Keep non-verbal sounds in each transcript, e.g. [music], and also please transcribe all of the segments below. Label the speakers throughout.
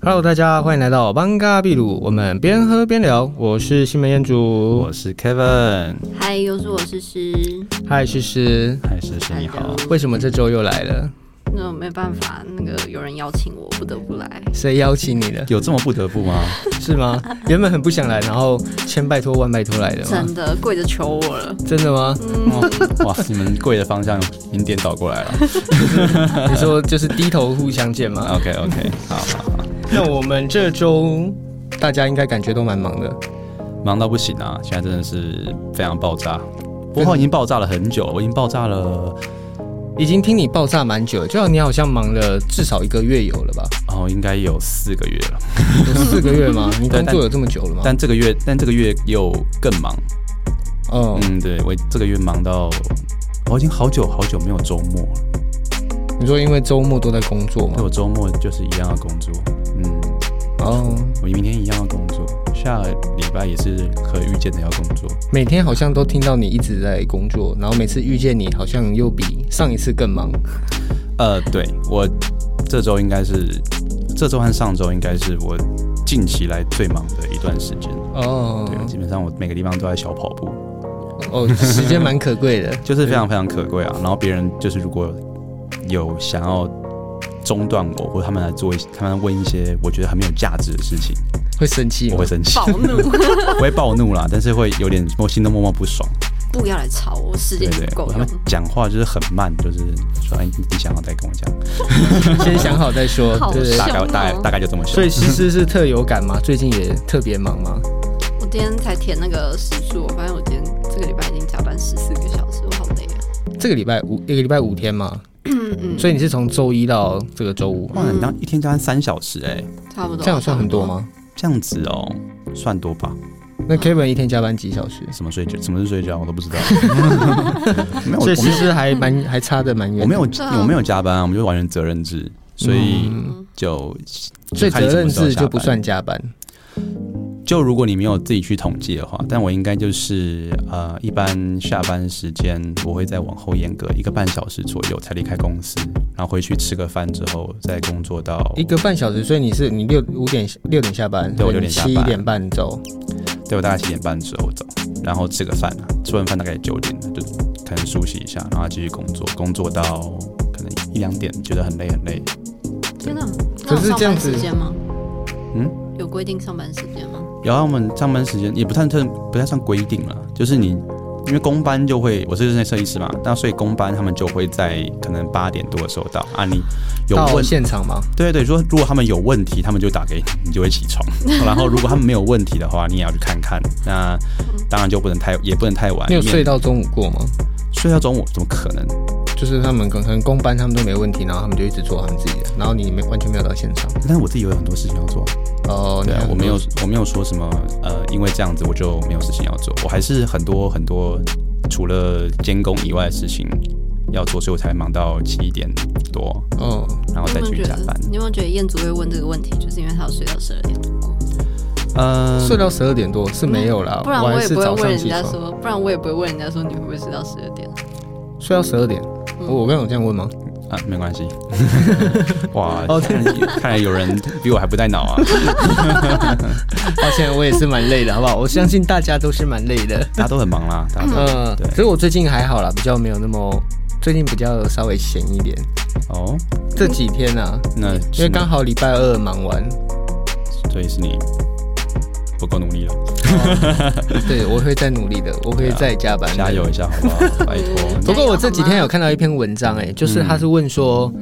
Speaker 1: Hello，大家欢迎来到邦嘎秘鲁，我们边喝边聊。我是西门彦祖
Speaker 2: 我，是 Kevin，
Speaker 3: 嗨，又是我诗诗，
Speaker 1: 嗨，诗诗，
Speaker 2: 还是是你好。
Speaker 1: 为什么这周又来了？
Speaker 3: 那没办法，那个有人邀请我，不得不来。
Speaker 1: 谁邀请
Speaker 2: [laughs]
Speaker 1: 你的？
Speaker 2: 有这么不得不吗？
Speaker 1: 是吗？原本很不想来，然后千拜托万拜托来的吗？
Speaker 3: 真的跪着求我了，
Speaker 1: 真的吗？
Speaker 2: 哦哇，你们跪的方向已经颠倒过来了。
Speaker 1: 你说就是低头互相见嘛？
Speaker 2: OK OK，好 [laughs] 好，好
Speaker 1: 那我们这周大家应该感觉都蛮忙的，
Speaker 2: 忙到不行啊！现在真的是非常爆炸，不过已经爆炸了很久了，我已经爆炸了
Speaker 1: 已经听你爆炸蛮久了，就你好像忙了至少一个月有
Speaker 2: [laughs]
Speaker 1: 了吧？
Speaker 2: 哦，应该有四个月了。
Speaker 1: 有四个月吗？你
Speaker 2: 对
Speaker 1: 工
Speaker 2: 但
Speaker 1: 作有这么久了吗？
Speaker 2: 但这个月，但这个月又更忙。
Speaker 1: 哦，
Speaker 2: 嗯，对我这个月忙到我已经好久好久没有周末了，
Speaker 1: 你说因为周末都在工作
Speaker 2: 因为
Speaker 1: 嘛？
Speaker 2: 我周末就是一样的工作。嗯，
Speaker 1: 哦，
Speaker 2: 我明天一样的工作，下礼拜也是可预见的要工作。
Speaker 1: 每天好像都听到你一直在工作，然后每次遇见你好像又比上一次更忙。
Speaker 2: 呃，对我这周应该是这周和上周应该是我近期来最忙的一段时间。
Speaker 1: 哦
Speaker 3: 嗯
Speaker 2: 对，基本上我每个地方都在小跑步，
Speaker 1: 哦，时间蛮可贵
Speaker 2: [laughs]
Speaker 1: 的。
Speaker 2: 就是非常非常可贵啊。然后别人就是如果有想要中断我，或者他们来做一，他们问一些我觉得很没有价值的事情，
Speaker 1: 会生气
Speaker 2: 我
Speaker 1: 吗
Speaker 2: 会？生气
Speaker 3: 嗯暴，
Speaker 1: [laughs]
Speaker 3: 怒，
Speaker 2: 我会暴怒啦，但是会有点我心中默默不爽。
Speaker 3: 不要来吵我，时
Speaker 2: 对
Speaker 3: 间
Speaker 2: 对
Speaker 3: 不
Speaker 2: 对，
Speaker 3: 够
Speaker 2: 我他
Speaker 3: 用
Speaker 2: 们。讲话就是很慢，就是说哎，你你想要再跟我讲，
Speaker 1: 先想好再说。
Speaker 3: 好
Speaker 1: 对，
Speaker 3: 笑
Speaker 2: 大概大
Speaker 3: 凶
Speaker 2: 概
Speaker 3: 哦
Speaker 2: 大概就这么想。
Speaker 1: 所以诗诗是特有感吗？最近也特别忙吗？
Speaker 3: 我今天才填那个时数，我发现我今天这个礼拜已经加班十四个小时，我好累啊。
Speaker 1: 这个礼拜五一个礼拜五天嘛，
Speaker 3: 嗯嗯，
Speaker 1: 所以你是从周一到这个周五，
Speaker 2: 哇，你当一天加班三小时哎、
Speaker 3: 差不多。
Speaker 1: 这样有算很多？吗？
Speaker 2: 这样子哦，算多吧？
Speaker 1: 那 Kevin 一天加班几小时？
Speaker 2: 什么睡觉，什么是睡觉，我都不知道。没有，
Speaker 1: 所以
Speaker 2: 我
Speaker 1: 其实还蛮还差的蛮远的。
Speaker 2: 我没有，
Speaker 3: 对啊
Speaker 2: 我没有加班啊，我们就完全责任制，所以
Speaker 1: 嗯
Speaker 3: 嗯
Speaker 2: 就
Speaker 1: 所以
Speaker 2: 就看你
Speaker 1: 责
Speaker 2: 什
Speaker 1: 任
Speaker 2: 么时候
Speaker 1: 制
Speaker 2: 下班
Speaker 1: 就不算加班。
Speaker 2: 就如果你没有自己去统计的话，但我应该就是呃，一般下班时间我会再往后延个一个半小时左右才离开公司，然后回去吃个饭之后再工作到
Speaker 1: 一个半小时，所以你是你六五点六点下班，
Speaker 2: 对我六点下班
Speaker 1: 七点半走，
Speaker 2: 对我大概七点半之后走，然后吃个饭啊，吃完饭大概九点就可能休息一下，然后继续工作，工作到可能一两点，觉得很累很累。
Speaker 3: 天哪，
Speaker 1: 可是
Speaker 3: 那有
Speaker 1: 这样
Speaker 3: 上班
Speaker 1: 子
Speaker 3: 时间吗？
Speaker 2: 嗯，
Speaker 3: 有规定上班时间吗？
Speaker 2: 然啊后我们上班时间也不太算不太算规定了，就是你因为公班就会，我是室内设计师嘛，那所以公班他们就会在可能八点多的时候到啊，你有
Speaker 1: 到
Speaker 2: 问
Speaker 1: 现场吗？
Speaker 2: 对对，说如果他们有问题，他们就打给你，你就会起
Speaker 1: [laughs]
Speaker 2: 床。然后如果他们没有问题的话，你也要去看看。那当然就不能太也不能太晚，
Speaker 1: 你有
Speaker 2: 免
Speaker 1: 睡到中午过吗？
Speaker 2: 睡到中午怎么可能？
Speaker 1: 就是他们可能公班他们都没问题，然后他们就一直做他们自己的，然后你没完全没有到现场。
Speaker 2: 但是我自己有很多事情要做啊。
Speaker 1: 哦，
Speaker 2: 对啊
Speaker 1: 你，还
Speaker 2: 我没有，我没有说什么，呃，因为这样子我就没有事情要做，我还是很多很多除了监工以外的事情要做，所以我才忙到七点多，
Speaker 1: 哦，
Speaker 2: 然后
Speaker 3: 你
Speaker 2: 再
Speaker 3: 有没
Speaker 2: 去
Speaker 3: 有觉
Speaker 2: 加
Speaker 3: 得
Speaker 1: 嗯
Speaker 2: 班？。
Speaker 3: 你有没有觉得彦祖会问这个问题，就是因为他有睡到十二点多过？
Speaker 2: 呃，
Speaker 1: 睡到十二点多是没有啦，
Speaker 3: 嗯不然我
Speaker 1: 还
Speaker 3: 也
Speaker 1: 是
Speaker 3: 不会
Speaker 1: 早
Speaker 3: 问
Speaker 1: 上
Speaker 3: 人
Speaker 1: 起
Speaker 3: 家
Speaker 1: 床，
Speaker 3: 说，不然我也不会问人家说你会不会睡到十二点。
Speaker 1: 睡到十二点。
Speaker 3: 嗯
Speaker 1: 哦我我刚刚有这样问吗？
Speaker 2: 啊，没
Speaker 1: [laughs]
Speaker 2: 关系。哇，
Speaker 1: 哦
Speaker 2: 看来看来有人比我还不带脑啊！
Speaker 1: 抱歉，我也是蛮累的，好不好？我相信大家都是蛮累的。
Speaker 2: 大家都很忙啦，大家都
Speaker 1: 嗯，
Speaker 2: 对
Speaker 1: 可是我最近还好啦，比较没有那么，最近比较稍微闲一点。
Speaker 2: 哦，
Speaker 1: 这几天啊，
Speaker 2: 那
Speaker 1: 因为
Speaker 2: 是
Speaker 1: 刚好礼拜二忙完，
Speaker 2: 你所以是你不够努力了，嗯
Speaker 1: 对我会再努力的，我
Speaker 2: 啊
Speaker 1: 会再加班，
Speaker 2: 加油一。下好
Speaker 1: [laughs]
Speaker 2: 不好？拜托。
Speaker 1: 不过我这几天有看到一篇文章、
Speaker 2: 嗯
Speaker 1: 哎，就是他是问说，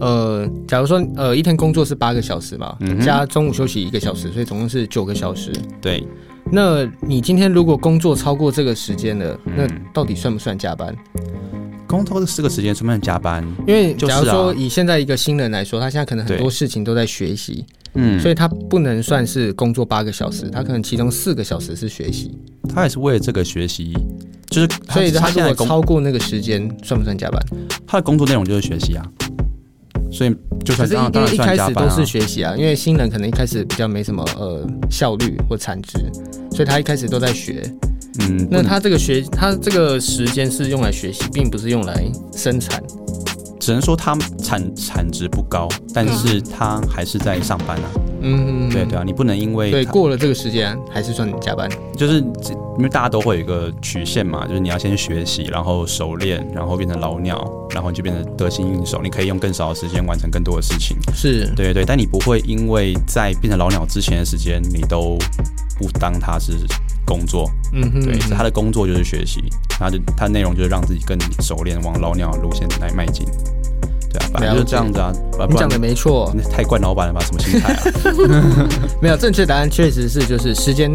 Speaker 1: 呃，假如说呃一天工作是八个小时嘛，
Speaker 2: 嗯哼
Speaker 1: 加中午休息一个小时，所以总共是九个小时。
Speaker 2: 对，
Speaker 1: 那你今天如果工作超过这个时间了，
Speaker 2: 嗯
Speaker 1: 那到底算不算加班？
Speaker 2: 工作这四个时间算不算加班？
Speaker 1: 因为
Speaker 2: 就是
Speaker 1: 假
Speaker 2: 啊
Speaker 1: 如说以现在一个新人来说，他现在可能很
Speaker 2: 对
Speaker 1: 多事情都在学习，
Speaker 2: 嗯，
Speaker 1: 所以他不能算是工作八个小时，他可能其中四个小时是学习，
Speaker 2: 他也是为了这个学习，就是他
Speaker 1: 所以他
Speaker 2: 他
Speaker 1: 如
Speaker 2: 现在
Speaker 1: 果
Speaker 2: 工
Speaker 1: 超过那个时间，算不算加班？
Speaker 2: 他的工作内容就是学习啊，所以就
Speaker 1: 可
Speaker 2: 算
Speaker 1: 是
Speaker 2: 当然
Speaker 1: 因
Speaker 2: 当
Speaker 1: 为
Speaker 2: 然
Speaker 1: 一
Speaker 2: 算
Speaker 1: 开
Speaker 2: 加
Speaker 1: 始
Speaker 2: 班
Speaker 1: 都
Speaker 2: 啊
Speaker 1: 是。学习啊，因为新人可能一开始比较没什么呃效率或产值，所以他一开始都在学。
Speaker 2: 嗯，
Speaker 1: 那
Speaker 2: 不能
Speaker 1: 他这个学，他这个时间是用来学习，并不是用来生产。
Speaker 2: 只能说他产产值不高，但是他还是在上班啊。
Speaker 1: 嗯，嗯
Speaker 2: 对对啊，你不能因为
Speaker 1: 对，
Speaker 2: 它
Speaker 1: 过了这个时间还是算你加班。
Speaker 2: 就是这因为大家都会有一个曲线嘛，就是你要先学习，然后熟练，然后变成老鸟，然后你就变成得心应手，你可以用更少的时间完成更多的事情。
Speaker 1: 是，
Speaker 2: 对对，但你不会因为在变成老鸟之前的时间，你都不当它是工作。
Speaker 1: 嗯哼，
Speaker 2: 对，
Speaker 1: 嗯
Speaker 2: 他的工作就是学习，他就他内容就是让自己更熟练，往老鸟的路线来迈进。对啊，反正就是这样子啊，啊
Speaker 1: 你
Speaker 2: 不然
Speaker 1: 讲的没错，
Speaker 2: 你太惯老板了吧？什么心
Speaker 1: [laughs]
Speaker 2: 态啊？
Speaker 1: 没有正确答案确实是就是时间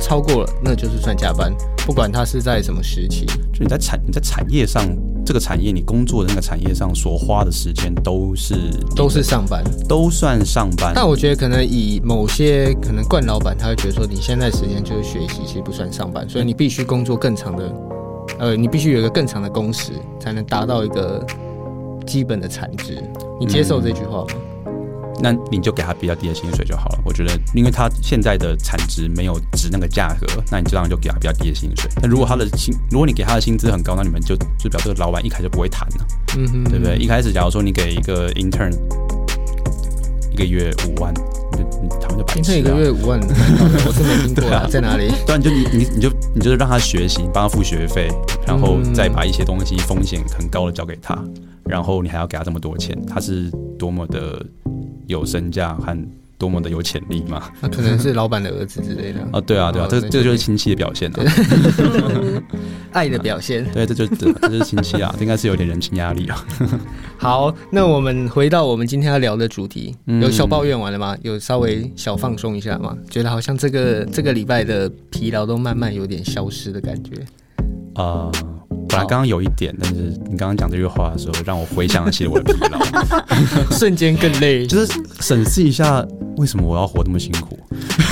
Speaker 1: 超过了，那就是算加班，不管他是在什么时期。
Speaker 2: 就你在产你在产业上这个产业，你工作的那个产业上所花的时间都是
Speaker 1: 都是上班，
Speaker 2: 都算上班。
Speaker 1: 但我觉得可能以某些可能惯老板，他会觉得说你现在时间就是学习，其实不算上班，所以你必须工作更长的，呃，你必须有一个更长的工时，才能达到一个基本的产值。你接受这句话吗？
Speaker 2: 那你就给他比较低的薪水就好了。我觉得，因为他现在的产值没有值那个价格，那你就当然就给他比较低的薪水。那如果他的薪，如果你给他的薪资很高，那你们就就表示老板一开始就不会谈了。
Speaker 1: 嗯哼，
Speaker 2: 对不对？一开始假如说你给一个 intern 一个月五万，你就你他们就白
Speaker 1: 今天
Speaker 2: 痴
Speaker 1: 一个
Speaker 2: 啊。
Speaker 1: 月五万，蛮高的我是没听过
Speaker 2: 对
Speaker 1: 啊
Speaker 2: 啊，
Speaker 1: 在哪里？
Speaker 2: 对啊，你就你你你就你就是让他学习，帮他付学费，然后
Speaker 1: 嗯
Speaker 2: 再把一些东西风险很高的交给他，然后你还要给他这么多钱，他是多么的有身价和多么的有潜力嘛？
Speaker 1: 那可能是老板的儿子之类的，
Speaker 2: 啊，对啊，对啊
Speaker 1: 哦，
Speaker 2: 这
Speaker 1: 对
Speaker 2: 这就是亲戚的表现啊。
Speaker 1: 爱的表现。
Speaker 2: 对，这就这这就是亲戚
Speaker 1: [laughs]
Speaker 2: 啊，这应该是有点人情压力啊。
Speaker 1: 好，那我们回到我们今天要聊的主题，
Speaker 2: 嗯
Speaker 1: 有小抱怨完了吗？有稍微小放松一下吗？觉得好像这个这个礼拜的疲劳都慢慢有点消失的 [laughs] 感觉。
Speaker 2: 啊、本来刚刚有一点，但是你刚刚讲这句话的时候，让我回想起我的疲劳。
Speaker 1: 瞬间更 [laughs] 累，
Speaker 2: 就是审视一下为什么我要活这么辛苦。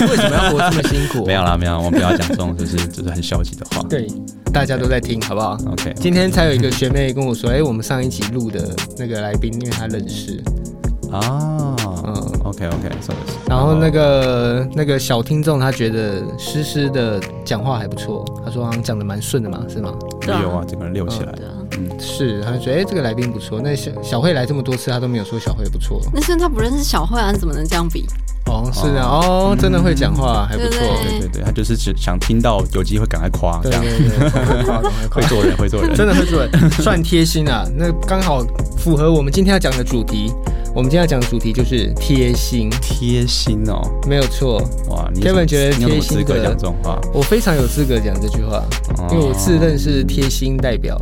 Speaker 1: 为什么要活这么辛苦？啊
Speaker 2: 没有啦，没有，我们不要讲这种就是
Speaker 3: [laughs]
Speaker 2: 就是很消极的话。
Speaker 1: [laughs] 对，大家都在听，好不好？
Speaker 2: ，OK，
Speaker 1: 今天才有一个学妹跟我说，哎、我们上一集录的那个来宾，因为她认识，
Speaker 2: 啊，
Speaker 1: 嗯
Speaker 2: 嗯，OK OK，算了。
Speaker 1: 然后那个那个小听众，他觉得诗诗的讲话还不错，他说好像讲的蛮顺的嘛，是吗？
Speaker 3: 对啊
Speaker 2: 有啊，整个人溜起来。嗯
Speaker 3: 对啊，
Speaker 1: 是，他就觉得哎、这个来宾不错。那小小慧来这么多次，他都没有说小慧不错
Speaker 3: 那是他不认识小慧啊，怎么能这样比？
Speaker 1: 哦，是的哦，真的会讲话，还不错。
Speaker 3: 对
Speaker 2: 对对对，他就是只想听到有机会赶快夸，这
Speaker 1: 对
Speaker 2: 样
Speaker 1: 对对，会夸会夸
Speaker 2: 会做人会做
Speaker 1: [laughs]
Speaker 2: 人。
Speaker 1: 真的会做，算贴心啊。那刚好符合我们今天要讲的主题。我们今天要讲的主题就是贴心，
Speaker 2: 贴心哦，
Speaker 1: 没有错。
Speaker 2: 哇，你
Speaker 1: Kevin
Speaker 2: 有什么
Speaker 1: 觉得
Speaker 2: 你有什
Speaker 1: 贴
Speaker 2: 么
Speaker 1: 心
Speaker 2: 资格
Speaker 1: 的
Speaker 2: 讲这种话？
Speaker 1: 我非常有资格讲这句话，
Speaker 2: 哦
Speaker 1: 因为我自认是贴心代表，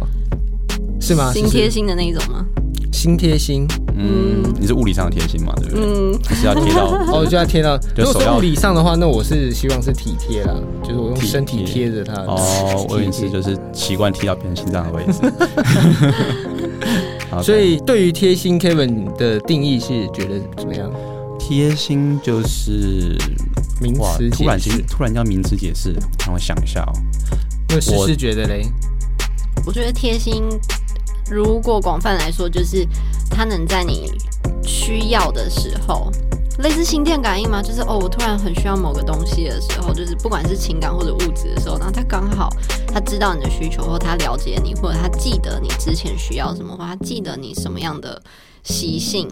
Speaker 1: 是吗？
Speaker 3: 新
Speaker 1: 是
Speaker 3: 贴心的那一种吗？
Speaker 1: 新贴心
Speaker 2: 嗯，你是物理上的贴心嘛，对不对？
Speaker 3: 嗯，
Speaker 2: 就是要
Speaker 1: [laughs]
Speaker 2: 贴到
Speaker 1: 哦，就要贴到。
Speaker 2: 就
Speaker 1: 如果
Speaker 2: 手
Speaker 1: 是
Speaker 2: 要
Speaker 1: 物理上的话，那我是希望是体贴啦，就是我用
Speaker 2: 体
Speaker 1: 身体
Speaker 2: 贴
Speaker 1: 贴着它。
Speaker 2: 哦，我以为
Speaker 1: 体贴
Speaker 2: 是就是习惯踢到别人心脏的
Speaker 1: [laughs]
Speaker 2: 位置。OK
Speaker 1: 所以对于贴心 Kevin 的定义是觉得怎么样？
Speaker 2: 贴心就是
Speaker 1: 名
Speaker 2: 哇
Speaker 1: 词，
Speaker 2: 突
Speaker 1: 解
Speaker 2: 然
Speaker 1: 释
Speaker 2: 间。突然要名词解释，让我想一下哦。
Speaker 1: 那诗
Speaker 2: 我
Speaker 1: 诗觉得嘞？
Speaker 3: 我觉得贴心，如果广泛来说，就是他能在你需要的时候，类似心电感应嘛，就是哦，我突然很需要某个东西的时候，就是不管是情感或者物质的时候，然后他刚好他知道你的需求，或他了解你，或者他记得你之前需要什么，或他记得你什么样的习性。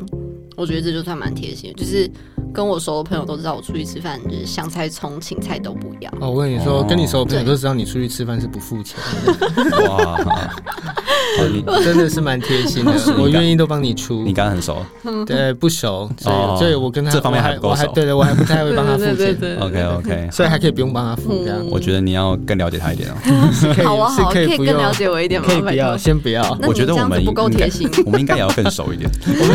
Speaker 3: 我觉得这就算蛮贴心的，就是跟我熟的朋友都知道，我出去吃饭就是香菜、葱、芹菜都不要。
Speaker 1: 哦，我跟你说，
Speaker 2: 哦
Speaker 1: 跟你熟的朋友都知道你出去吃饭是不付钱
Speaker 2: [laughs]
Speaker 1: 的，
Speaker 2: 哇，好你
Speaker 1: 真的是蛮贴心的
Speaker 2: 是，
Speaker 1: 我愿意都帮你出
Speaker 2: 你。刚刚很熟
Speaker 1: 对，不熟，所
Speaker 2: 哦
Speaker 1: 以所以我跟他
Speaker 2: 这方面
Speaker 1: 我
Speaker 2: 还
Speaker 1: 还
Speaker 2: 不够
Speaker 1: 我还
Speaker 2: 熟
Speaker 1: 对对，
Speaker 2: [laughs]
Speaker 1: 我还不太会帮他付钱，
Speaker 2: ，OK OK，
Speaker 1: 所以还可以不用帮他付这样。
Speaker 2: 我觉得你要更了解他一点哦。
Speaker 1: 嗯是可以
Speaker 3: 好啊，
Speaker 1: 是
Speaker 3: 好啊，
Speaker 1: 可
Speaker 3: 可
Speaker 1: 以
Speaker 3: 以
Speaker 1: 不
Speaker 3: 更
Speaker 1: 用，
Speaker 3: 了解我一点吗？
Speaker 1: 可以不
Speaker 3: 拜托
Speaker 1: 要，先不要。 [laughs]
Speaker 3: 那
Speaker 2: 我
Speaker 3: 你
Speaker 2: 觉得
Speaker 3: 这
Speaker 2: 我
Speaker 3: 样子
Speaker 2: 们
Speaker 3: 不够
Speaker 2: 应该
Speaker 3: 贴心
Speaker 2: [laughs] 我们应该也要更熟一点。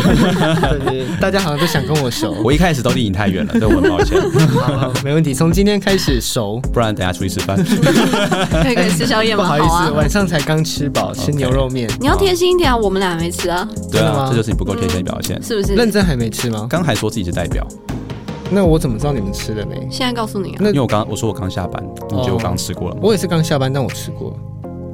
Speaker 1: 对对，对大家好像都想跟我熟，
Speaker 2: 我一开始都离你太远了，所以我很抱歉。
Speaker 1: 好啊 [laughs] 没问题。从今天开始熟，
Speaker 2: 不然等下出去
Speaker 1: [laughs]
Speaker 2: 吃饭，
Speaker 3: [laughs] 可以可以吃宵夜
Speaker 1: 不
Speaker 3: 吗？
Speaker 1: 好意思，
Speaker 3: 啊。
Speaker 1: 晚上才刚吃饱，吃
Speaker 2: OK
Speaker 1: 牛肉面，
Speaker 3: 你要贴心一点啊，我们俩还没吃啊，
Speaker 2: 对
Speaker 1: 真的吗
Speaker 2: 啊，这就是你不够贴心的表现。
Speaker 3: 是不是？
Speaker 1: 认真还没吃吗？
Speaker 2: 刚还说自己是代表，
Speaker 1: 嗯那我怎么知道你们吃了没？
Speaker 3: 现在告诉你啊
Speaker 1: 那，
Speaker 2: 因为我刚我说我刚下班，你觉得我刚吃过了吗？
Speaker 1: 我也是刚下班，但我吃过。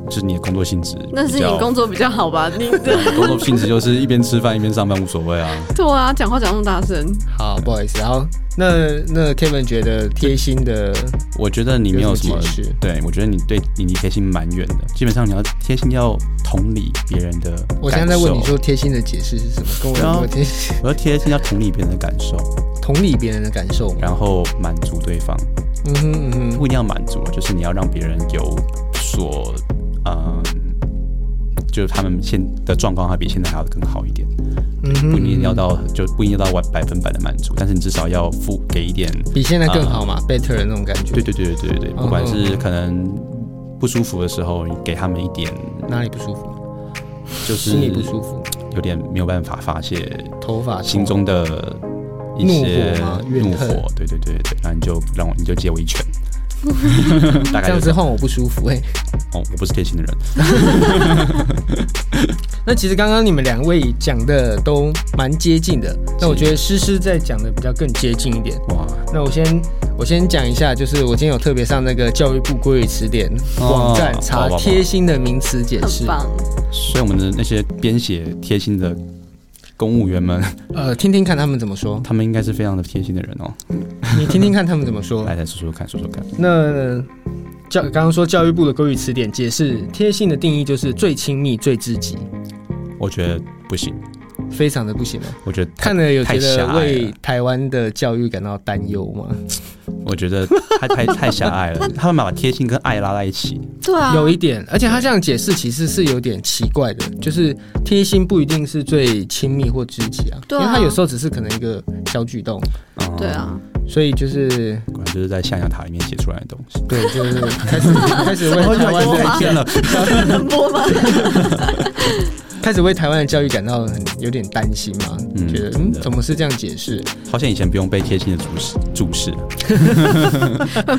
Speaker 2: 就是你的工作性质比较，
Speaker 3: 那是你工作比较好吧？你
Speaker 2: 工作性质就是一边吃饭一边上班，无所谓啊。
Speaker 3: [laughs] 对啊，讲话讲那么大声，
Speaker 1: 好，不好意思。好，那那 Kevin 觉得贴心的
Speaker 2: 我觉得你没有什么
Speaker 1: 有什么解释
Speaker 2: 对我觉得你对你离贴心蛮远的。基本上你要贴心，要同理别人的感受。
Speaker 1: 我现在在问你说贴心的解释是什么？跟我有没有贴心？
Speaker 2: 我要贴心，要同理别人的感受。
Speaker 1: 同理别人的感受嘛。
Speaker 2: 然后满足对方，
Speaker 1: 嗯哼嗯哼，
Speaker 2: 不一定要满足，就是你要让别人有所，嗯，就是他们现的状况，还比现在还要更好一点，
Speaker 1: 嗯哼，
Speaker 2: 不一定要
Speaker 1: 嗯
Speaker 2: 到就不一定要到百分百的满足，但是你至少要付给一点
Speaker 1: 哼比现在更好嘛、b e t t e r 的那种感觉。
Speaker 2: 啊对对对对对对，
Speaker 1: 嗯
Speaker 2: 不管是可能不舒服的时候，你给他们一点，
Speaker 1: 哪里不舒服？
Speaker 2: 就是
Speaker 1: 心里不舒服，
Speaker 2: 有点没有办法发泄
Speaker 1: 头发痛
Speaker 2: 心中的一些
Speaker 1: 啊怒火吗怨
Speaker 2: 怒火
Speaker 1: 恨，
Speaker 2: 对对对对，那你就让我你就借我
Speaker 1: [laughs]
Speaker 2: 一拳，
Speaker 1: 这
Speaker 2: 大概
Speaker 1: 样
Speaker 2: 就
Speaker 1: 子
Speaker 2: 是
Speaker 1: 换我不舒服哎、欸
Speaker 2: 哦，我不是贴心的人，
Speaker 1: 那其实刚刚你们两位讲的都蛮接近的，那我觉得诗诗在讲的比较更接近一点。
Speaker 2: 哇，
Speaker 1: 那我先我先讲一下，就是我今天有特别上那个教育部国语词典
Speaker 2: 哦
Speaker 1: 网站
Speaker 2: 哇
Speaker 1: 查
Speaker 2: 哇哇
Speaker 1: 贴心的名词解释
Speaker 3: 很。棒。
Speaker 2: 所以我们的那些编写贴心的。公务员们， [laughs]
Speaker 1: 呃，听听看他们怎么说，
Speaker 2: 他们应该是非常的贴心的人哦。
Speaker 1: 你听听看他们怎么说。
Speaker 2: [laughs] 来，来说说看，说说看。
Speaker 1: 那教刚刚说教育部的国语词典解释贴心的定义就是最亲密、最知己，
Speaker 2: 我觉得不行，
Speaker 1: 非常的不行啊。
Speaker 2: 我觉得太
Speaker 1: 看了有觉
Speaker 2: 太狭隘
Speaker 1: 得
Speaker 2: 了
Speaker 1: 为台湾的教育感到担忧吗？
Speaker 2: 我觉得太太太狭隘
Speaker 1: [laughs]
Speaker 2: 了。他们把贴心跟爱拉在一起，
Speaker 3: 对啊，
Speaker 1: 有一点，而且他这样解释其实是有点奇怪的，就是贴心不一定是最亲密或知己啊，
Speaker 3: 对啊
Speaker 1: 因为他有时候只是可能一个小举动，
Speaker 2: 嗯
Speaker 3: 对， [laughs] 啊，
Speaker 1: 所以就是
Speaker 2: 果然就是在象牙塔里面写出来的东西。
Speaker 1: 对，就是开始开始为台湾
Speaker 3: 我
Speaker 1: 的
Speaker 3: 天
Speaker 2: 了，
Speaker 3: 能播吗？
Speaker 1: 开始为台湾的教育感到很有点担心嘛，
Speaker 2: 嗯
Speaker 1: 觉得
Speaker 2: 真
Speaker 1: 嗯
Speaker 2: 的
Speaker 1: 怎么是这样解释？
Speaker 2: 好像以前不用被贴心的注视注视，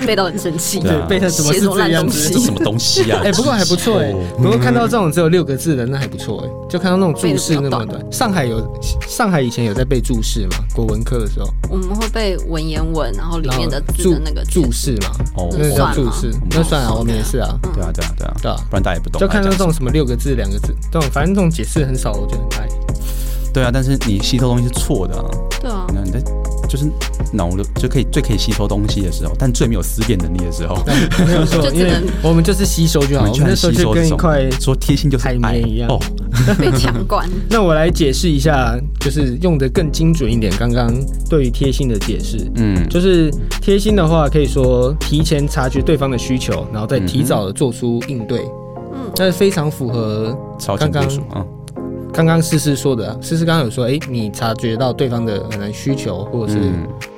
Speaker 3: 背到很生气。
Speaker 2: 对啊
Speaker 1: 被他怎么是这样
Speaker 3: 写
Speaker 1: 子
Speaker 3: 这
Speaker 2: 这
Speaker 3: 种烂东？西
Speaker 2: 什么东西
Speaker 1: [laughs]
Speaker 2: 啊？
Speaker 1: 哎、不过还不错哎、
Speaker 2: 哦
Speaker 1: 不过看到这种只有六个字的那还不错哎、就看到那种注释那么短。上海有上海以前有在背注释嘛，国文课的时候，
Speaker 3: 我们会背文言文，然后哦里面的
Speaker 1: 然后
Speaker 3: 字的那个字
Speaker 1: 注注释嘛，
Speaker 2: 哦，
Speaker 1: 那个叫
Speaker 3: 算
Speaker 1: 注
Speaker 3: 吗
Speaker 1: 释
Speaker 2: 嗯，
Speaker 1: 那算啊，我们也是啊，
Speaker 2: 对啊对啊对啊，
Speaker 1: 对啊。
Speaker 2: 不然大家也不懂。
Speaker 1: 就看到这
Speaker 2: 大家讲
Speaker 1: 种什么六个字、两个字，这种反正这种解释很少，我觉得很爱。
Speaker 2: 对啊，但是你吸收东西是错的啊。
Speaker 3: 对啊，
Speaker 2: 那你在就是脑的就可以最可以吸收东西的时候，但最没有思辨能力的
Speaker 1: [laughs]
Speaker 2: 时候，
Speaker 1: 但没有错
Speaker 3: 就，只
Speaker 1: 因为
Speaker 3: 能
Speaker 1: 我们就是吸收就好。
Speaker 2: 我
Speaker 1: 我们
Speaker 2: 们居
Speaker 1: 那
Speaker 2: 然
Speaker 1: 时候
Speaker 2: 吸
Speaker 1: 就
Speaker 2: 收
Speaker 1: 跟
Speaker 2: 这
Speaker 1: 一
Speaker 2: 种
Speaker 1: 块。
Speaker 2: 说贴心就是
Speaker 1: 海
Speaker 2: 爱
Speaker 1: 绵一样
Speaker 2: 哦，
Speaker 3: 被强 [laughs] 灌。
Speaker 1: 那我来解释一下，就是用的更精准一点。刚刚对于贴心的解释，
Speaker 2: 嗯，
Speaker 1: 就是贴心的话，可以说提前察觉对方的需求，然后再提早的做出应对。
Speaker 3: 嗯，
Speaker 1: 那非常符合
Speaker 2: 超前
Speaker 1: 刚刚
Speaker 2: 部署啊，
Speaker 1: 刚刚思思说的、啊，思思刚刚有说，哎、你察觉到对方的可能需求，或者是
Speaker 2: 嗯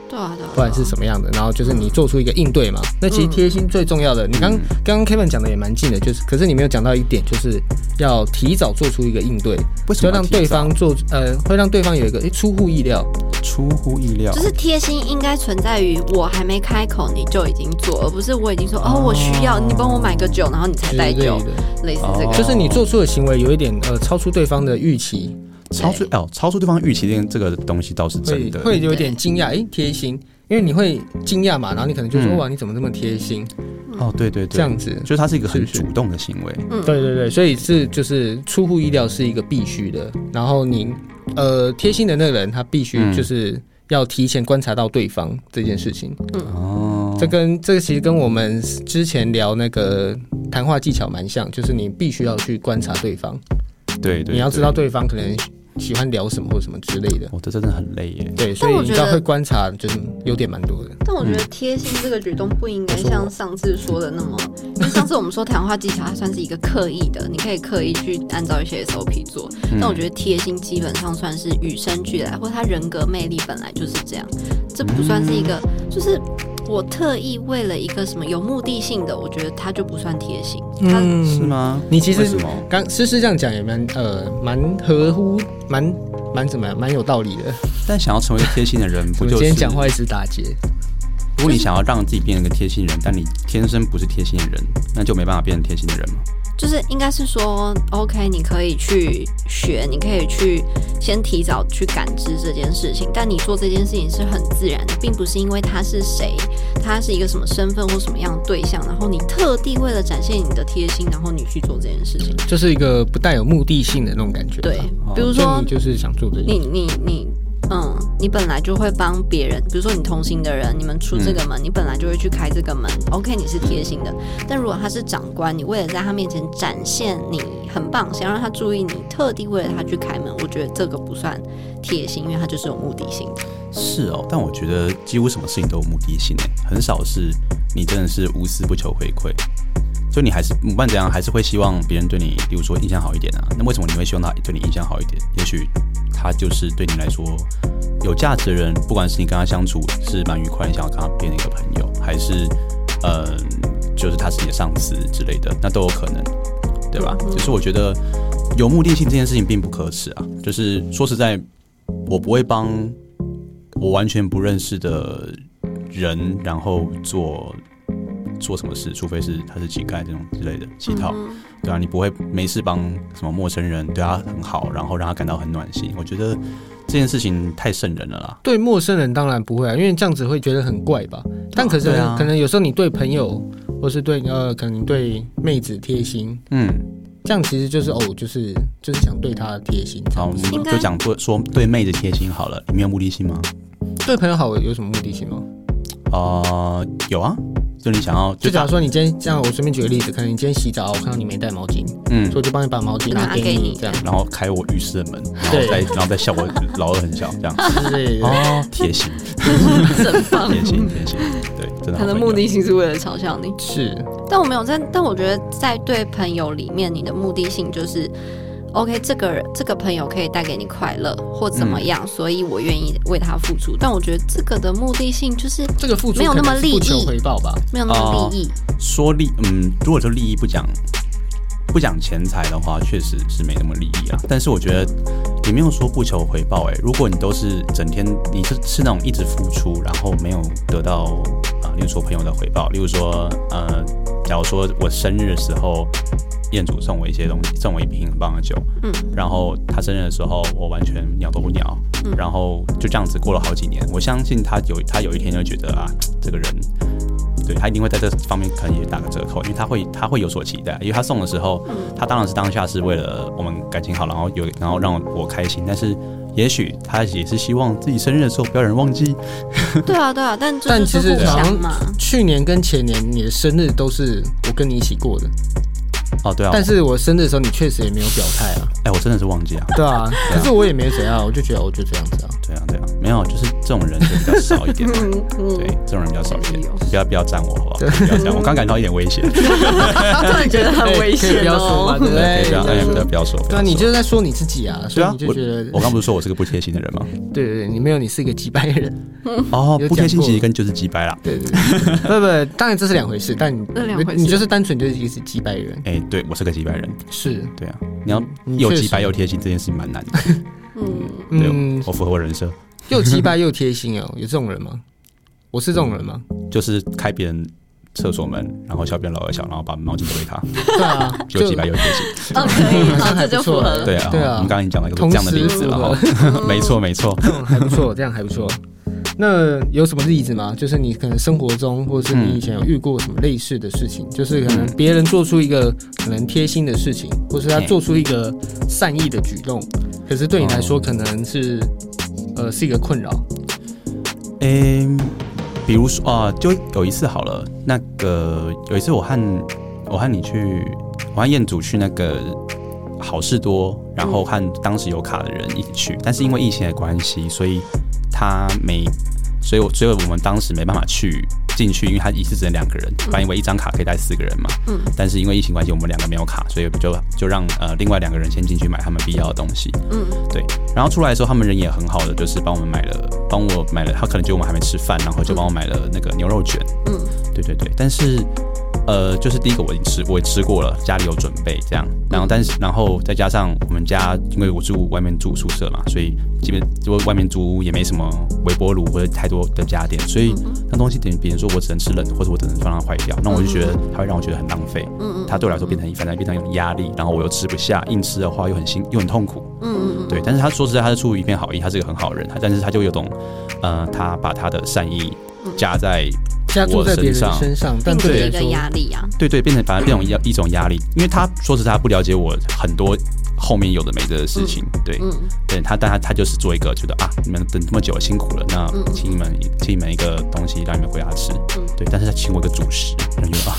Speaker 3: 对啊，对啊。
Speaker 1: 不管是什么样的，然后就是你做出一个应对嘛。那其实贴心最重要的，你刚
Speaker 2: 嗯
Speaker 1: 刚刚 Kevin 讲的也蛮近的，就是可是你没有讲到一点，就是要提早做出一个应对，
Speaker 2: 为什
Speaker 1: 就
Speaker 2: 么
Speaker 1: 让
Speaker 2: 要提
Speaker 1: 对
Speaker 2: 早
Speaker 1: 方做呃，会让对方有一个哎出乎意料，
Speaker 2: 出乎意料
Speaker 3: 就？是贴心应该存在于我还没开口你就已经做，而不是我已经说哦我需要你帮我买个酒，然后你才
Speaker 1: 之
Speaker 3: 带
Speaker 1: 类
Speaker 3: 酒，
Speaker 1: 的，
Speaker 2: 哦
Speaker 3: 类似哦这个。
Speaker 1: 就是你做出的行为有一点呃超出对方的预期，
Speaker 2: 超出哦，超出对方预期这个这个东西倒是真
Speaker 1: 哎会
Speaker 2: 的，
Speaker 1: 会有点惊讶，哎贴心，因为你会惊讶嘛，然后你可能就说、
Speaker 2: 嗯
Speaker 1: 哇你怎么这么贴心
Speaker 2: 哦，对对对，
Speaker 1: 这样子。
Speaker 2: 就是它是一个很
Speaker 1: 是是
Speaker 2: 主动的行为，
Speaker 3: 嗯，
Speaker 1: 对对对，所以是就是出乎意料是一个必须的。然后你呃贴心的那个人，他必须
Speaker 2: 嗯
Speaker 1: 就是要提前观察到对方这件事情。
Speaker 2: 哦，
Speaker 1: 这跟这个其实跟我们之前聊那个谈话技巧蛮像，就是你必须要去观察对方，
Speaker 2: 对对，
Speaker 1: 你要知道
Speaker 2: 对，
Speaker 1: 对方可能喜欢聊什么或什么之类的。
Speaker 2: 我这真的很累耶，
Speaker 1: 对，所以
Speaker 3: 但我
Speaker 1: 你
Speaker 3: 觉
Speaker 1: 知道
Speaker 3: 得
Speaker 1: 会观察，就是优点蛮多的。
Speaker 3: 但我觉得贴心这个举动不应该像上次说的那么，因为上次我们说谈话技巧，它算是一个刻意的，你可以刻意去按照一些 SOP 做。但我觉得贴心基本上算是与生俱来，或他人格魅力本来就是这样，这不算是一个，就是我特意为了一个什么有目的性的，我觉得他就不算贴心。他、
Speaker 2: 是？吗？
Speaker 1: 你嗯其
Speaker 2: 为
Speaker 1: 实
Speaker 2: 什么？
Speaker 1: 刚诗诗这样讲也蛮呃蛮合乎蛮蛮怎么样蛮有道理的。
Speaker 2: 但想要成为一个贴心的人，
Speaker 1: [laughs] 我
Speaker 2: 不
Speaker 1: 们
Speaker 2: 就
Speaker 1: 今
Speaker 2: 是
Speaker 1: 天讲话一直打结。
Speaker 2: 如果你想要让自己变成一个贴心人，但你天生不是贴心的人，那就没办法变成贴心的人嘛。
Speaker 3: 就是应该是说，OK，你可以去学，你可以去先提早去感知这件事情，但你做这件事情是很自然的，并不是因为他是谁，他是一个什么身份或什么样的对象，然后你特地为了展现你的贴心，然后你去做这件事情。
Speaker 1: 就是一个不带有目的性的那种感觉吧。
Speaker 3: 对，比
Speaker 1: 就
Speaker 3: 如说
Speaker 1: 你就是想做这个，
Speaker 3: 你你你嗯，你本来就会帮别人，比如说你同行的人，你们出这个门，你本来就会去开这个门。OK，你是贴心的，但如果他是长官，你为了在他面前展现你很棒，想让他注意你，特地为了他去开门，我觉得这个不算贴心，因为他就是有目的性的。
Speaker 2: 是哦，但我觉得几乎什么事情都有目的性诶，很少是你真的是无私不求回馈。所以你还是不管怎样，还是会希望别人对你，比如说印象好一点啊。那为什么你会希望他对你印象好一点？也许他就是对你来说有价值的人，不管是你跟他相处是蛮愉快，你想要跟他变成一个朋友，还是嗯、就是他是你的上司之类的，那都有可能，对吧？就是我觉得有目的性这件事情并不可耻啊。就是说实在，我不会帮我完全不认识的人，然后做做什么事，除非是他是乞丐这种之类的乞讨，
Speaker 3: 嗯
Speaker 2: 对啊，你不会没事帮什么陌生人对他很好，然后让他感到很暖心。我觉得这件事情太圣人了啦。
Speaker 1: 对陌生人当然不会啊，因为这样子会觉得很怪吧。但可是、
Speaker 2: 对啊
Speaker 1: 可能有时候你对朋友，或是对呃，可能对妹子贴心，
Speaker 2: 嗯，
Speaker 1: 这样其实就是哦，就是就是想对她贴心。这
Speaker 2: 好，
Speaker 1: 样
Speaker 2: 我
Speaker 1: 子
Speaker 2: 们
Speaker 3: 应该
Speaker 2: 就讲对说对妹子贴心好了，你没有目的性吗？
Speaker 1: 对朋友好有什么目的性吗？
Speaker 2: 啊，有啊，就你想要
Speaker 1: 就
Speaker 2: 就
Speaker 1: 假如说你今天这样，我随便举个例子，可能你今天洗澡，我看到你没带毛巾，
Speaker 2: 嗯
Speaker 1: 所以，我就帮你把毛巾拿
Speaker 3: 拿给
Speaker 1: 给
Speaker 3: 你
Speaker 1: 你，这样
Speaker 2: 然后开我浴室的门，然后
Speaker 1: 对
Speaker 2: 再然后再笑我老二很小这样。
Speaker 1: 之类的。
Speaker 2: [laughs] 哦，贴心，
Speaker 3: 真棒
Speaker 2: 贴心，贴心，对，真的好朋友。
Speaker 3: 他的目的性是为了嘲笑你。
Speaker 1: 是，
Speaker 3: 但我没有在，但我觉得在对朋友里面，你的目的性就是，OK，这个人这个朋友可以带给你快乐或怎
Speaker 1: 嗯
Speaker 3: 么样，所以我愿意为他付出。但我觉得这个的目的性就是
Speaker 1: 这个付出
Speaker 3: 没有那么
Speaker 1: 可能是
Speaker 3: 利益
Speaker 1: 不求回报吧？
Speaker 3: 没有那么
Speaker 1: 哦
Speaker 3: 利益，
Speaker 2: 说利，嗯，如果说利益不讲不讲钱财的话，确实是没那么利益啊。但是我觉得也没有说不求回报、欸，如果你都是整天你是是那种一直付出，然后没有得到啊、例如说朋友的回报，例如说呃，假如说我生日的时候。店主送我一些东西，送我一瓶很棒的酒，
Speaker 3: 嗯，
Speaker 2: 然后他生日的时候，我完全鸟都不鸟，然后就这样子过了好几年。我相信他有他有一天就觉得啊，这个人对他一定会在这方面可能也打个折扣，因为他会他会有所期待，因为他送的时候，
Speaker 3: 嗯
Speaker 2: 他当然是当下是为了我们感情好，然后有然后让我开心，但是也许他也是希望自己生日的时候不要有人忘记，
Speaker 3: 对啊，对啊，但这
Speaker 1: 但
Speaker 3: 就
Speaker 1: 其实
Speaker 3: 是互
Speaker 1: 好
Speaker 3: 相
Speaker 1: 像
Speaker 3: 嘛。
Speaker 1: 去年跟前年你的生日都是我跟你一起过的，
Speaker 2: 哦对啊，
Speaker 1: 但是我生日的时候你确实也没有表态啊，
Speaker 2: 哎、我真的是忘记啊，
Speaker 1: [laughs] 对啊，可是我也没怎样，我就觉得我就这样子啊。
Speaker 2: 对啊对啊，没有，就是这种人就比较少一点。
Speaker 3: 嗯嗯，
Speaker 2: 对，这种人比较少一
Speaker 3: 还
Speaker 2: 点
Speaker 3: 是有，
Speaker 2: 不要不要赞我好不好？不要赞我，我刚感到一点威胁。
Speaker 3: 啊突然觉得很
Speaker 1: 可以
Speaker 3: 危
Speaker 1: 可以
Speaker 3: 险
Speaker 1: 不要说
Speaker 3: 哦
Speaker 1: 嘛，。对不
Speaker 2: 对，不要哎，不
Speaker 1: 对
Speaker 2: 要？不要说。不
Speaker 1: 对
Speaker 2: 要
Speaker 1: 啊，你
Speaker 2: 说
Speaker 1: 就是在说你自己啊，所
Speaker 2: 对
Speaker 1: 以
Speaker 2: 啊
Speaker 1: 你，就
Speaker 2: 我
Speaker 1: 觉得，
Speaker 2: 我刚不是说我是个不贴心的人吗？
Speaker 1: 对对对，你没有，你是一个几百人。 [laughs]
Speaker 2: 哦
Speaker 1: 有，
Speaker 2: 不贴
Speaker 1: 讲
Speaker 2: 心
Speaker 1: 过
Speaker 2: 其实跟就是鸡掰啦。
Speaker 1: 对对对，不不，当然这是两回事，啊但你
Speaker 3: 这两回事
Speaker 1: 你就是单纯就是一个几百人，
Speaker 2: 哎，对我是个鸡掰人，
Speaker 1: 是，
Speaker 2: 对啊，你要
Speaker 1: 嗯
Speaker 2: 又
Speaker 1: 确
Speaker 2: 鸡掰
Speaker 1: 实
Speaker 2: 又贴心这件事情蛮难的。
Speaker 3: 嗯，
Speaker 2: 对，
Speaker 1: 嗯，
Speaker 2: 我符合我人设，
Speaker 1: 又鸡掰又贴心哦，有这种人吗？我是这种人吗？
Speaker 2: 就是开别人厕所门，然后小便老二小，然后把毛巾丢
Speaker 1: [laughs]
Speaker 2: 给他，
Speaker 1: 对啊，
Speaker 2: 又鸡
Speaker 1: 就
Speaker 2: 掰又贴心。
Speaker 3: 哦，可以，
Speaker 1: [laughs] 好像
Speaker 3: 好，这
Speaker 1: 还不
Speaker 3: 就符
Speaker 1: 错
Speaker 3: 合了。
Speaker 2: 对啊，
Speaker 1: 对啊
Speaker 2: 我们刚刚已经讲了一个
Speaker 1: 同
Speaker 2: 这样的例
Speaker 1: 时
Speaker 2: 子了
Speaker 1: 符
Speaker 2: 哈。 [laughs] 没错没错，
Speaker 1: 嗯还不错，这样还不错。那有什么例子吗？就是你可能生活中，或者是你以前有遇过什么类似的事情？就是可能别人做出一个可能贴心的事情，或是他
Speaker 2: 嗯嘿
Speaker 1: 做出一个善意的举动，可是对你来
Speaker 2: 哦
Speaker 1: 说可能是、呃是一个困扰。
Speaker 2: 诶、比如说啊、就有一次好了，那个有一次我和我和你去，我和彦祖去那个好事多，然后和当时有卡的人一起去，但是因为疫情的关系，所以他没，所以我所以我们当时没办法去进去，因为他一次只能两个人，反正因为一张卡可以带四个人嘛。
Speaker 3: 嗯。
Speaker 2: 但是因为疫情关系，我们两个没有卡，所以就就让呃另外两个人先进去买他们必要的东西。
Speaker 3: 嗯，
Speaker 2: 对。然后出来的时候，他们人也很好的，就是帮我们买了，帮我买了，他可能觉得我们还没吃饭，然后就帮我买了那个牛肉卷。
Speaker 3: 嗯，
Speaker 2: 对对对。但是呃，就是第一个我已经吃，我也吃过了，家里有准备这样。然后但是然后再加上我们家，因为我住外面住宿舍嘛，所以基本就外面租屋也没什么微波炉或者太多的家电，所以
Speaker 3: 嗯
Speaker 2: 那东西等于别人说我只能吃冷的，或者我只能放它坏掉，那我就觉得它会让我觉得很浪费。
Speaker 3: 嗯嗯
Speaker 2: 它对我来说变成一反正变成一种压力，然后我又吃不下，硬吃的话又很辛又很痛苦。
Speaker 3: 嗯嗯
Speaker 2: 对，但是他说实在，他是出于一片好意，他是一个很好的人，他但是他就有种，呃，他把他的善意
Speaker 3: 嗯
Speaker 2: 加在，
Speaker 1: 加注在别人
Speaker 2: 我身上
Speaker 1: 身上，但
Speaker 3: 并不
Speaker 1: 对
Speaker 3: 是一
Speaker 1: 你来
Speaker 3: 个
Speaker 1: 说，
Speaker 3: 压力啊。
Speaker 2: 对对，变成反而变成一一种压力，因为他说实在，他不了解我很多后面有的没的事情。对，
Speaker 3: 嗯，
Speaker 2: 对他，但他他就是做一个觉得啊，你们等这么久辛苦了，那请你们请你们一个东西让你们回家吃。
Speaker 3: 嗯
Speaker 2: 对，但是他请我一个主食，让觉得啊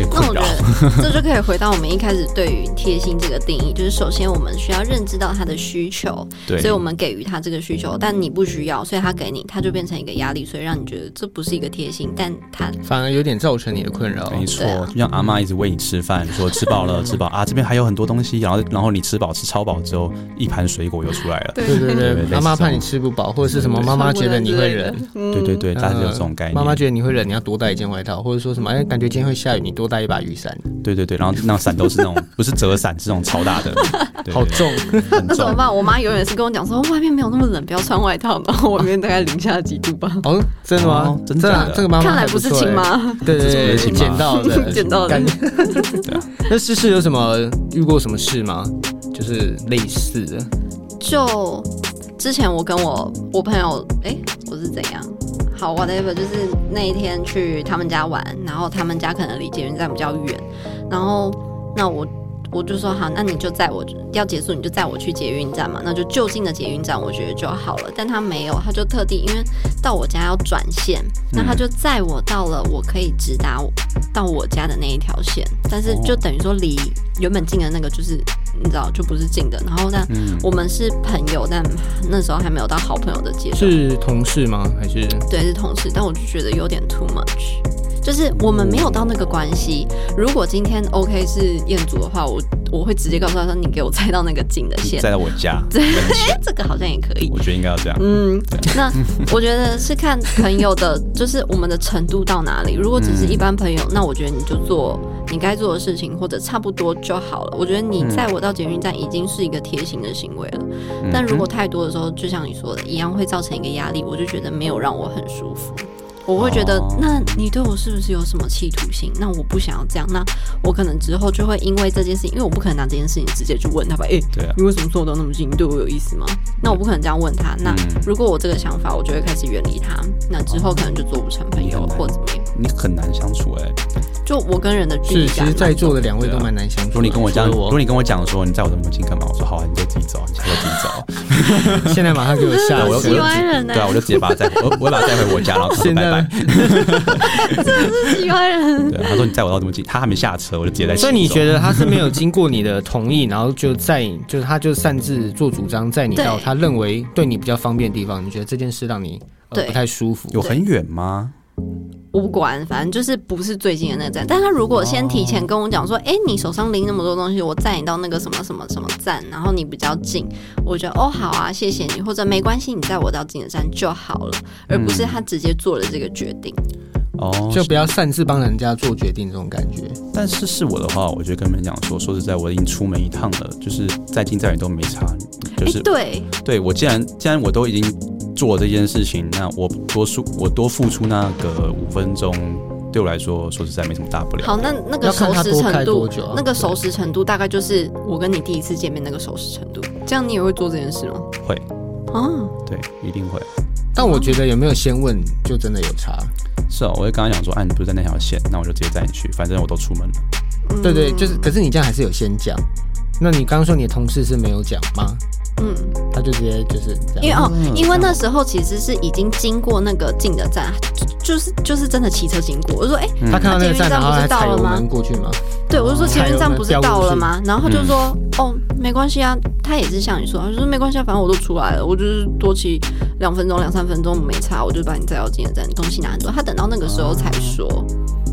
Speaker 2: 有点
Speaker 3: 那
Speaker 2: 困
Speaker 3: 我觉
Speaker 2: 扰。
Speaker 3: 得这就可以回到我们一开始对于贴心这个定义，就是首先我们需要认知到他的需求，
Speaker 2: 对，
Speaker 3: 所以我们给予他这个需求，但你不需要，所以他给你，他就变成一个压力，所以让你觉得这不是一个贴心，但他 [laughs]
Speaker 1: 反而有点造成你的困扰。
Speaker 2: 没错
Speaker 3: 对啊，
Speaker 2: 就像阿妈一直喂你吃饭，说吃饱了，吃饱啊，这边还有很多东西，然后然后你吃饱吃超饱之后，一盘水果又出来了。
Speaker 1: 对对
Speaker 2: 对
Speaker 1: 对
Speaker 2: 类，似
Speaker 1: 妈妈怕
Speaker 2: 这种
Speaker 1: 你吃不饱，或者是什么妈妈觉得你会忍，
Speaker 2: 对对对，大家有这种概念。
Speaker 1: 嗯呃妈妈觉得你会冷，你要多带一件外套，或者说什么，哎，感觉今天会下雨，你多带一把雨伞，
Speaker 2: 对对对，然后那伞都是
Speaker 1: [laughs]
Speaker 2: 那种不是折伞，是那种超大的，对
Speaker 1: 好，重。
Speaker 2: 对很
Speaker 3: 那怎么
Speaker 2: 重。
Speaker 3: 办？我妈永远是跟我讲说，外面没有那么冷，不要穿外套。然后外面大概零下几度吧。
Speaker 1: 哦，真的吗
Speaker 2: 哦？真的
Speaker 1: 这
Speaker 2: 假
Speaker 1: 啊
Speaker 2: 的
Speaker 1: 这个妈妈
Speaker 3: 看来
Speaker 1: 还
Speaker 3: 不
Speaker 1: 不
Speaker 3: 是
Speaker 1: 错
Speaker 3: 亲
Speaker 1: 欸？
Speaker 3: 妈，
Speaker 1: 对对
Speaker 2: 这
Speaker 1: 对
Speaker 2: 不是亲，妈
Speaker 1: 捡
Speaker 3: [laughs]
Speaker 1: 到的，
Speaker 3: 捡到的
Speaker 1: 感觉
Speaker 2: [laughs] 对啊。
Speaker 1: 那诗诗有什么遇过什么事吗？就是类似的，
Speaker 3: 就之前我跟我我朋友，哎、我是怎样？好，whatever，就是那一天去他们家玩，然后他们家可能离捷运站比较远，然后那我我就说好，那你就载我要结束你就载我去捷运站嘛，那就就近的捷运站我觉得就好了。但他没有，他就特地因为到我家要转线，那他就载我到了我可以直达我到我家的那一条线，但是就等于说离原本近的那个就是你知道就不是近的，然后但
Speaker 2: 嗯，
Speaker 3: 我们是朋友，但那时候还没有到好朋友的阶段。
Speaker 1: 是同事吗？还是
Speaker 3: 对，是同事，但我就觉得有点 too much，就是我们没有到那个关系。如果今天 OK 是彦祖的话，我我会直接告诉他说，你给我猜到那个近的线，
Speaker 2: 再到我家，
Speaker 3: 哎这个好像也可以。
Speaker 2: 我觉得应该要这样。
Speaker 3: 嗯，那我觉得是看朋友的，就是我们的程度到哪里。如果只是一般朋友，那我觉得你就做你该做的事情，或者差不多就好了。我觉得你载我到捷运站已经是一个贴心的行为了。但如果太多的时候，就像你说的一样，会造成一个压力，我就觉得没有让我很舒服。我会觉得，
Speaker 2: 哦
Speaker 3: 那你对我是不是有什么企图心？那我不想要这样，那我可能之后就会因为这件事情，因为我不可能拿这件事情直接去问他吧，诶、
Speaker 2: 对啊，
Speaker 3: 你为什么说我都那么近？你对我有意思吗？那我不可能这样问他。那
Speaker 2: 嗯
Speaker 3: 如果我这个想法，我就会开始远离他。那之后可能就做不成朋友
Speaker 2: 哦
Speaker 3: 或怎么样。
Speaker 2: 你很难相处哎。
Speaker 3: 就我跟人的距
Speaker 1: 是？
Speaker 3: 离
Speaker 1: 其
Speaker 3: 感
Speaker 1: 实，
Speaker 3: 嘛，
Speaker 1: 在座的两位
Speaker 2: 对啊
Speaker 1: 都蛮难相处的。
Speaker 2: 如果你跟我这样，
Speaker 1: 所以
Speaker 2: 如果你跟我讲说你在我这么近干嘛，我说好啊，你就自己走，你就自己走。
Speaker 1: [laughs] 我现在马上给我下，我
Speaker 2: 对，我又
Speaker 1: 又
Speaker 2: 我
Speaker 3: 喜
Speaker 2: 又
Speaker 3: 欢人呢
Speaker 2: 对啊，我就直接把他载，我 [laughs] 我会把他载回我家，然后跟他说
Speaker 1: 现
Speaker 2: 拜
Speaker 1: 在
Speaker 2: 拜。啊
Speaker 3: 喜欢人。啊
Speaker 2: 对，他说你载我到这么近，他还没下车，我就直接在。
Speaker 1: 所以你觉得他是没有经过你的同意，然后就在就是他就擅自做主张，在你
Speaker 3: 对
Speaker 1: 到他认为对你比较方便的地方，你觉得这件事让你、呃、
Speaker 3: 对
Speaker 1: 不太舒服？
Speaker 2: 有很远吗？
Speaker 3: 我不管，反正就是不是最近的那个站。但他如果先提前跟我讲说，哎、你手上拎那么多东西，我载你到那个什么什么什么站，然后你比较近，我觉得哦好啊，谢谢你，或者没关系，你载我到近的站就好了，而不是
Speaker 2: 嗯
Speaker 3: 他直接做了这个决定。
Speaker 2: 哦，
Speaker 1: 就不要擅自帮人家做决定这种感觉。
Speaker 2: 但是是我的话，我就跟你们讲说，说实在，我已经出门一趟了，就是再近再远都没差，就
Speaker 3: 哎、
Speaker 2: 是
Speaker 3: 对，
Speaker 2: 对我既然既然我都已经做这件事情，那我多出我多付出那个五分钟，对我来说，说实在没什么大不了。
Speaker 3: 好，那那个
Speaker 1: 要看
Speaker 3: 熟
Speaker 1: 他
Speaker 3: 识
Speaker 1: 多
Speaker 3: 程
Speaker 1: 开
Speaker 3: 度
Speaker 1: 多久啊，
Speaker 3: 那个熟识程度大概就是我跟你第一次见面那个熟识程度。这样你也会做这件事吗？
Speaker 2: 会，
Speaker 3: 啊，
Speaker 2: 对，一定会。
Speaker 1: 但我觉得有没有先问，就真的有差。
Speaker 2: 是哦，我会跟他讲说，哎、你不是在那条线，那我就直接载你去，反正我都出门了。
Speaker 3: 嗯
Speaker 1: 对对，就是，可是你这样还是有先讲。那你刚刚说你的同事是没有讲吗？
Speaker 3: 嗯，
Speaker 1: 他就直接就是这样。
Speaker 3: 因为哦，
Speaker 2: 嗯
Speaker 3: 因为那时候其实是已经经过那个近的站，就就是就是真的骑车经过。我就说，哎、
Speaker 2: 嗯
Speaker 1: 他看到那个站，然后还踩油
Speaker 3: 那捷运站不是到了吗
Speaker 1: 门过去吗？
Speaker 3: 对，我就说
Speaker 1: 哦
Speaker 3: 前运站不是到了吗？然后他就
Speaker 2: 嗯
Speaker 3: 说，哦，没关系啊，他也是像你说，他就说没关系啊，反正我都出来了，我就是多骑两分钟、两三分钟没差，我就把你载到近的站，东西拿很多。他等到那个时候才说，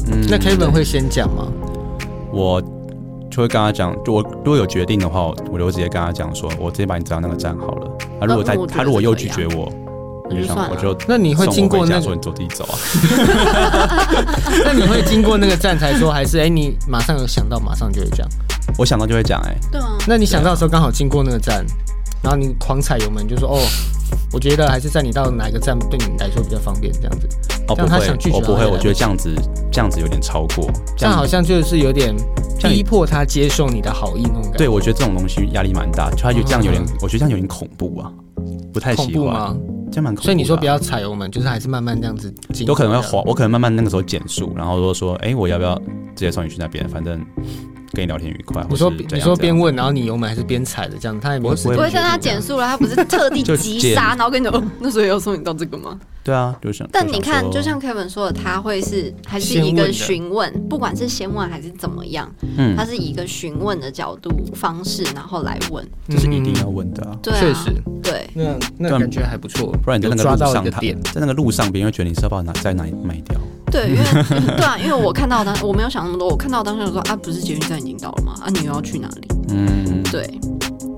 Speaker 2: 嗯
Speaker 1: 那 Kevin 会先讲吗？
Speaker 2: 我就会跟他讲，就我如果有决定的话，我我就直接跟他讲说，我直接把你载到那个站好了。他如果
Speaker 3: 那
Speaker 2: 他
Speaker 3: 我觉得
Speaker 2: 他如果
Speaker 3: 是
Speaker 2: 又
Speaker 3: 可以
Speaker 2: 拒
Speaker 3: 啊
Speaker 2: 绝我，我
Speaker 3: 那
Speaker 2: 就
Speaker 3: 就
Speaker 2: 想
Speaker 3: 算
Speaker 2: 我
Speaker 3: 了
Speaker 2: 就
Speaker 1: 那你会
Speaker 2: 送我
Speaker 1: 经过
Speaker 2: 回家
Speaker 1: 那
Speaker 2: 说
Speaker 1: 个？
Speaker 2: 你走自己走啊。
Speaker 1: 那你会经过那个站才说，还是哎、你马上有想到，马上就会讲？
Speaker 2: 我想到就会讲，哎，
Speaker 3: 对啊，
Speaker 1: 那你想到的时候刚好经过那个站，然后你狂踩油门，就说哦，我觉得还是在你到哪个站对你来说比较方便，这样子，这
Speaker 2: 哦不
Speaker 1: 样他
Speaker 2: 会
Speaker 1: 想拒，绝
Speaker 2: 我不
Speaker 1: 他
Speaker 2: 会，
Speaker 1: 也来
Speaker 2: 我觉得
Speaker 1: 不
Speaker 2: 这样子这样子有点超过，
Speaker 1: 这样好像就是有点
Speaker 2: 像你
Speaker 1: 逼迫他接受你的好意那种感觉。
Speaker 2: 对，我觉得这种东西压力蛮大，就他就这样有点
Speaker 1: 嗯，
Speaker 2: 我觉得这样有点恐怖啊，不太
Speaker 1: 恐
Speaker 2: 喜
Speaker 1: 怖
Speaker 2: 欢
Speaker 1: 吗，？
Speaker 2: 这样蛮恐怖的啊。
Speaker 1: 所以你说不要踩油门，就是还是慢慢这样子经过这样，
Speaker 2: 有可能会滑，我可能慢慢那个时候减速，然后说说，哎、我要不要直接送你去那边？反正跟你聊天愉快。
Speaker 1: 你说
Speaker 2: 或是怎
Speaker 1: 你
Speaker 2: 样
Speaker 1: 说
Speaker 2: 怎
Speaker 1: 边
Speaker 2: 样
Speaker 1: 问，然后你油门还是边踩的这样，他也没有
Speaker 2: 我
Speaker 1: 时间
Speaker 2: 也
Speaker 3: 不
Speaker 2: 不
Speaker 3: 会
Speaker 2: 觉
Speaker 3: 跟
Speaker 2: 得
Speaker 3: 他
Speaker 2: 这样
Speaker 3: 减速了，他不是特地
Speaker 2: 就
Speaker 3: 急
Speaker 2: 减
Speaker 3: 刹，然后跟你讲，哦，那所以要送你到这个吗？
Speaker 2: 对啊，就想。
Speaker 3: 但
Speaker 2: 想
Speaker 3: 你看，
Speaker 2: 说
Speaker 3: 就像 Kevin 说的，他会是还是
Speaker 1: 先
Speaker 3: 一
Speaker 1: 问
Speaker 3: 个
Speaker 1: 的
Speaker 3: 询问，不管是先问还是怎么样，
Speaker 2: 嗯
Speaker 3: 他，是以一个询问的角度方式，然后来问。
Speaker 2: 这是一
Speaker 1: 嗯
Speaker 2: 定要问的啊，
Speaker 3: 对、啊，
Speaker 1: 确实，
Speaker 3: 对，
Speaker 1: 那那
Speaker 2: 对啊
Speaker 1: 感觉还不错，
Speaker 2: 不然你在
Speaker 1: 有
Speaker 2: 那个
Speaker 1: 抓
Speaker 2: 路
Speaker 1: 到
Speaker 2: 上
Speaker 1: 一个
Speaker 2: 他，
Speaker 1: 点，
Speaker 2: 在那个路上，别人会觉得你是要把我拿在哪里卖掉。
Speaker 3: 对，因为对啊，因为我看到当我没有想那么多，我看到当时我说啊，不是捷运站已经到了吗？啊，你又要去哪里？
Speaker 2: 嗯，
Speaker 3: 对，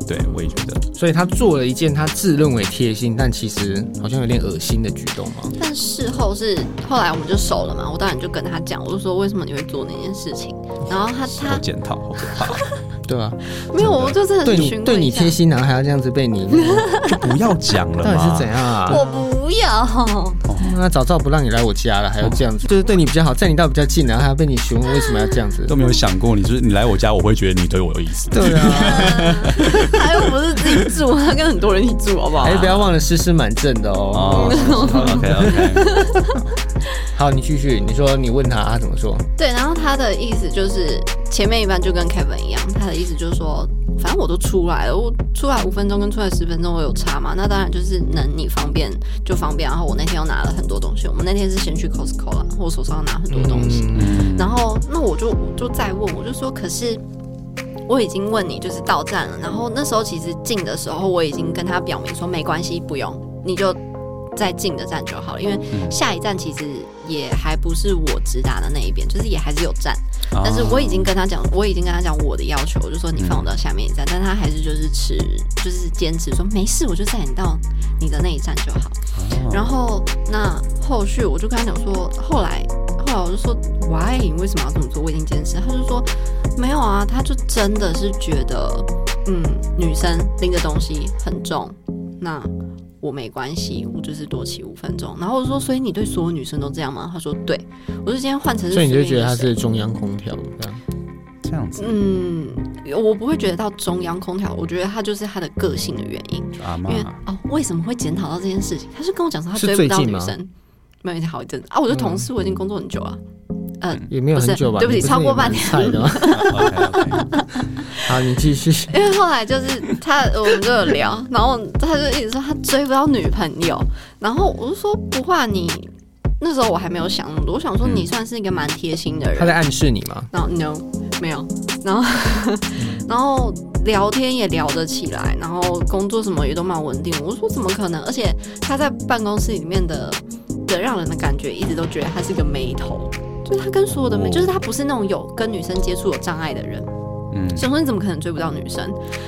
Speaker 2: 对，我也觉得。
Speaker 1: 所以他做了一件他自认为贴心，但其实好像有点恶心的举动嘛。
Speaker 3: 但事后是后来我们就熟了嘛，我当然就跟他讲，我就说为什么你会做那件事情，然后他
Speaker 2: 好
Speaker 3: 他
Speaker 2: 检讨，好可怕！
Speaker 1: 对啊，
Speaker 3: 没有，我就真的
Speaker 1: 对
Speaker 3: 询问
Speaker 1: 你对你
Speaker 3: 一下
Speaker 1: 贴心，然后还要这样子被你，
Speaker 2: 就不要讲了
Speaker 1: 到底
Speaker 2: 嘛。
Speaker 1: 是怎样啊？
Speaker 3: 我不要，
Speaker 1: 那早知道不让你来我家了，还要这样子，就是对你比较好，在你到比较近，然后还要被你询问为什么要这样子
Speaker 2: 都。没有想过，你就是你来我家，我会觉得你对我有意思。
Speaker 1: 对啊，
Speaker 3: 他又不是自己住，他跟很多人一起住，好不好？
Speaker 1: 哎，不要忘了诗诗蛮正的哦。
Speaker 2: 哦，OK OK，
Speaker 1: 好，你继续，你说你问他他怎么说？
Speaker 3: 对，然后他的意思就是前面一般就跟 Kevin 一样，他的意思就是说，反正我都出来了，我出来五分钟跟出来十分钟我有差嘛，那当然就是能你方便就方便。然后我那天又拿了很多东西，我们那天是先去 Costco 啦，我手上要拿很多东西，
Speaker 1: 嗯
Speaker 2: 嗯
Speaker 3: 然后那我就我就再问，我就说，可是我已经问你就是到站了，然后那时候其实进的时候我已经跟他表明说没关系，不用，你就在进的站就好了，因为
Speaker 2: 嗯
Speaker 3: 下一站其实也还不是我直达的那一边，就是也还是有站，
Speaker 2: 啊哦
Speaker 3: 但是我已经跟他讲，我已经跟他讲我的要求，我就说你放我到下面一站，但他还是就是持就是坚持说没事，我就载你到你的那一站就好。
Speaker 1: 嗯
Speaker 3: 然后那后续我就跟他讲说，后来后来我就说，why 你为什么要这么做？我已经坚持。他就说没有啊，他就真的是觉得，嗯，女生拎的东西很重，那我没关系，我就是多骑五分钟。然后我说，所以你对所有女生都这样吗？他说对。我就今天换成是
Speaker 1: 所以你就觉得他
Speaker 3: 随便一
Speaker 1: 是
Speaker 3: 个谁
Speaker 1: 中央空调这样？
Speaker 2: 这样子，
Speaker 3: 嗯，我不会觉得到中央空调，我觉得他就是他的个性的原因。
Speaker 2: 阿
Speaker 3: 因
Speaker 2: 妈啊
Speaker 3: 为哦，为什么会检讨到这件事情？他是跟我讲说他
Speaker 1: 是
Speaker 3: 追
Speaker 1: 最
Speaker 3: 不到
Speaker 1: 近
Speaker 3: 女
Speaker 1: 吗
Speaker 3: 生，没有好一阵子啊，我就同事，我已经工作很久啊，
Speaker 1: 也没有很久吧？
Speaker 3: 不是对不起
Speaker 1: 你是
Speaker 3: 超过
Speaker 1: 也蛮
Speaker 3: 半年
Speaker 1: 菜的
Speaker 3: [laughs]
Speaker 1: 吗？
Speaker 2: ，OK OK，
Speaker 1: 好，你继续。
Speaker 3: 因为后来就是他，我们就有聊，然后他就一直说他追不到女朋友，然后我就说不怕你。那时候我还没有想那么多，我想说
Speaker 1: 嗯
Speaker 3: 你算是一个蛮贴心的人。
Speaker 1: 他在暗示你吗？
Speaker 3: 然后 no 没有，然后 [laughs] 然后聊天也聊得起来，然后工作什么也都蛮稳定。我说怎么可能？而且他在办公室里面的的让人的感觉，一直都觉得他是一个眉头，就是他跟所有的眉，
Speaker 2: 哦
Speaker 3: 就是他不是那种有跟女生接触有障碍的人。
Speaker 2: 嗯，
Speaker 3: [laughs] 想说你怎么可能追不到女生？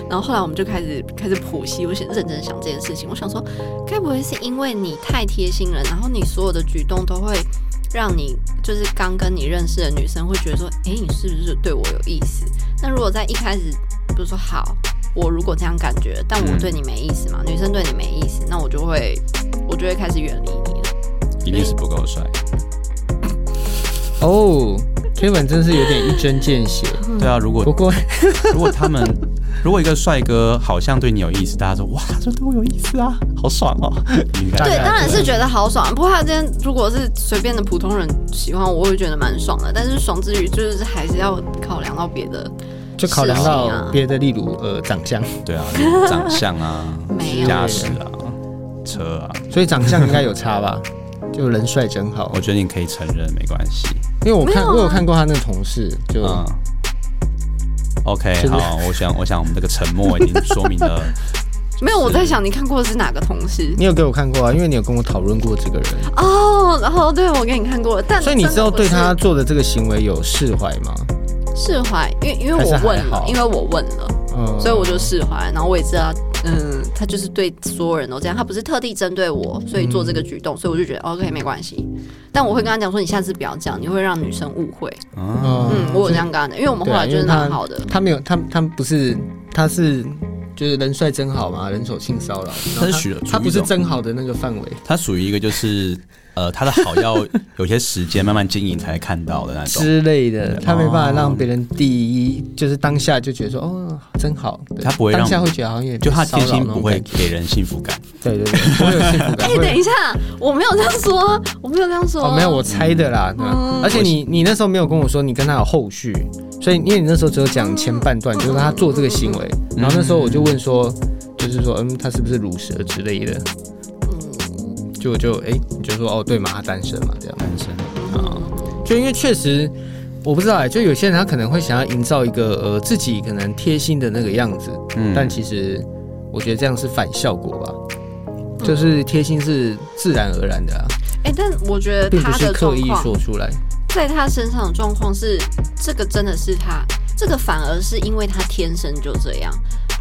Speaker 3: 然后后来我们就开始开始剖析，我想认真想这件事情。我想说，该不会是因为你太贴心了，然后你所有的举动都会让你就是刚跟你认识的女生会觉得说，诶，你是不是对我有意思？那如果在一开始，比如说好，我如果这样感觉，但我
Speaker 2: 嗯
Speaker 3: 对你没意思嘛，女生对你没意思，那我就会我就会开始远离你了。
Speaker 2: 一定是不够帅。
Speaker 1: 哦，Kevin 真是有点一针见血。
Speaker 3: 嗯
Speaker 2: 对啊，如果
Speaker 1: 不过
Speaker 2: 如果他们，如果一个帅哥好像对你有意思，大家说哇，这对我有意思啊，好爽哦。应该
Speaker 1: 大
Speaker 3: 对，
Speaker 1: 概
Speaker 3: 当然
Speaker 1: 对
Speaker 3: 是觉得好爽。不过他今天如果是随便的普通人喜欢我，我会觉得蛮爽的。但是爽之余，就是还是要考量到别的。
Speaker 1: 就考量到别的，例如呃长相，
Speaker 2: 对啊，长相啊，
Speaker 3: [laughs] 没有
Speaker 2: 家世啊，车啊，
Speaker 1: 所以长相应该有差吧？ [laughs] 就人帅真好
Speaker 2: 我，觉得你可以承认，没关系。
Speaker 1: 因为我看
Speaker 3: 没有啊啊
Speaker 1: 我有看过他那个同事，就
Speaker 2: 嗯，OK，
Speaker 1: 是的
Speaker 2: 好，我想，我想我们这个沉默已经说明了，
Speaker 3: 没有，我在想你看过的是哪个同事
Speaker 1: 你有给我看过啊，因为你有跟我讨论过这个人，
Speaker 3: 哦？然后对我给你看过，但
Speaker 1: 所以你
Speaker 3: 啊真的
Speaker 1: 知道
Speaker 3: 不
Speaker 1: 对
Speaker 3: 是
Speaker 1: 他做的这个行为有释怀吗？
Speaker 3: 释怀，因为因为
Speaker 1: 还是
Speaker 3: 我
Speaker 1: 还
Speaker 3: 问了
Speaker 1: 好，
Speaker 3: 因为我问了，
Speaker 1: 嗯，
Speaker 3: 所以我就释怀。然后我也知道，嗯，他就是对所有人都这样，他不是特地针对我，所以做这个举
Speaker 1: 嗯
Speaker 3: 动，所以我就觉得哦 OK 没关系。但我会跟他讲说，你下次不要这样，你会让女生误会。
Speaker 2: 嗯，
Speaker 1: 嗯
Speaker 3: 嗯，我有这样跟他讲，因为我们后
Speaker 1: 对啊
Speaker 3: 来就是蛮好的。
Speaker 1: 他没有他他不是他是。就是人帅真好嘛，人丑性骚扰。然后
Speaker 2: 他是许了
Speaker 1: 他不
Speaker 2: 处于一
Speaker 1: 是
Speaker 2: 种
Speaker 1: 真好的那个范围
Speaker 2: 他属于一个就是，呃，他的好要有些时间慢慢经营才看到的那种，
Speaker 1: 之类的，他没办法
Speaker 2: 哦
Speaker 1: 让别人第一，就是当下就觉得说哦真好，对
Speaker 2: 他不会让
Speaker 1: 当下会觉得好像有点
Speaker 2: 就他
Speaker 1: 骚扰
Speaker 2: 贴心
Speaker 1: 那种
Speaker 2: 不会
Speaker 1: 感觉
Speaker 2: 给人 [laughs] 幸福感。
Speaker 1: 对对对，不会有幸福感。
Speaker 3: 哎、
Speaker 1: 会有
Speaker 3: 等一下，我没有这样说，
Speaker 1: 哦
Speaker 3: 我没有这样说。哦
Speaker 1: 哦，没有，我猜的啦。对吧而且你你那时候没有跟我说你跟他有后续，所以因为你那时候只有讲前半
Speaker 3: 嗯
Speaker 1: 段，就是他做这个行为，然后那时候我就问说，就是说，嗯，他是不是乳蛇之类的？
Speaker 3: 嗯
Speaker 1: 就我就哎、你就说哦，对嘛，他单身嘛，这样。
Speaker 2: 男生，
Speaker 1: 啊，就因为确实我不知道哎、就有些人他可能会想要营造一个呃自己可能贴心的那个样子，
Speaker 2: 嗯
Speaker 1: 但其实我觉得这样是反效果吧，
Speaker 3: 嗯
Speaker 1: 就是贴心是自然而然的啊，
Speaker 3: 哎、但我觉得
Speaker 1: 并不
Speaker 3: 他
Speaker 1: 是
Speaker 3: 的
Speaker 1: 刻
Speaker 3: 状
Speaker 1: 意
Speaker 3: 况
Speaker 1: 说出来。
Speaker 3: 在他身上的状况是，这个真的是他，这个反而是因为他天生就这样，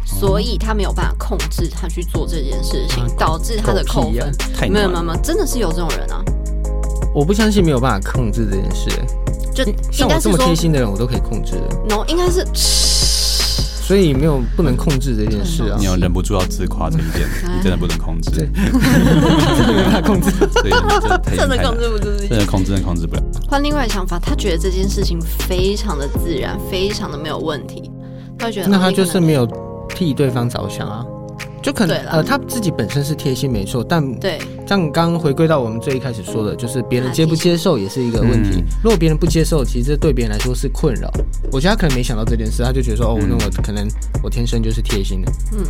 Speaker 3: 所以他没有办法控制他去做这件事情
Speaker 1: 哦啊，
Speaker 3: 导致他的
Speaker 1: 狗
Speaker 3: 扣
Speaker 1: 屁啊
Speaker 3: 分。
Speaker 2: 太
Speaker 3: 没
Speaker 2: 暖
Speaker 3: 有没有
Speaker 2: 了
Speaker 3: 没有，真的是有这种人啊，
Speaker 1: 我不相信没有办法控制这件事、哎
Speaker 3: 就应
Speaker 1: 像
Speaker 3: 该
Speaker 1: 我这
Speaker 3: 是
Speaker 1: 么
Speaker 3: 说
Speaker 1: 贴心的人，我都可以控制的，
Speaker 3: ，no，应该是
Speaker 1: 所以没有不能控制这件事啊
Speaker 2: 你，要忍不住要自夸这一点，
Speaker 1: 哎
Speaker 2: 你真的不能控制，
Speaker 1: [laughs] 没办法控制。
Speaker 2: 对，
Speaker 1: [laughs]
Speaker 2: 真
Speaker 3: 真的
Speaker 2: 的太
Speaker 3: 控制不住自己
Speaker 2: 真。的控制真的控制不了。
Speaker 3: 换另外的想法，他觉得这件事情非常的自然，非常的没有问题，他会觉得
Speaker 1: 那
Speaker 3: 哦
Speaker 1: 他
Speaker 3: 你
Speaker 1: 就
Speaker 3: 可
Speaker 1: 是
Speaker 3: 能
Speaker 1: 没有替对方着想啊，就可能
Speaker 3: 对啦
Speaker 1: 呃他自己本身是贴心没错，但
Speaker 3: 对
Speaker 1: 像刚刚回归到我们最一开始说的，就是别人接不接受也是一个问题
Speaker 2: 嗯。
Speaker 1: 如果别人不接受，其实这对别人来说是困扰。我觉得他可能没想到这件事，他就觉得说，哦，
Speaker 2: 嗯
Speaker 1: 那我可能我天生就是贴心的。
Speaker 3: 嗯，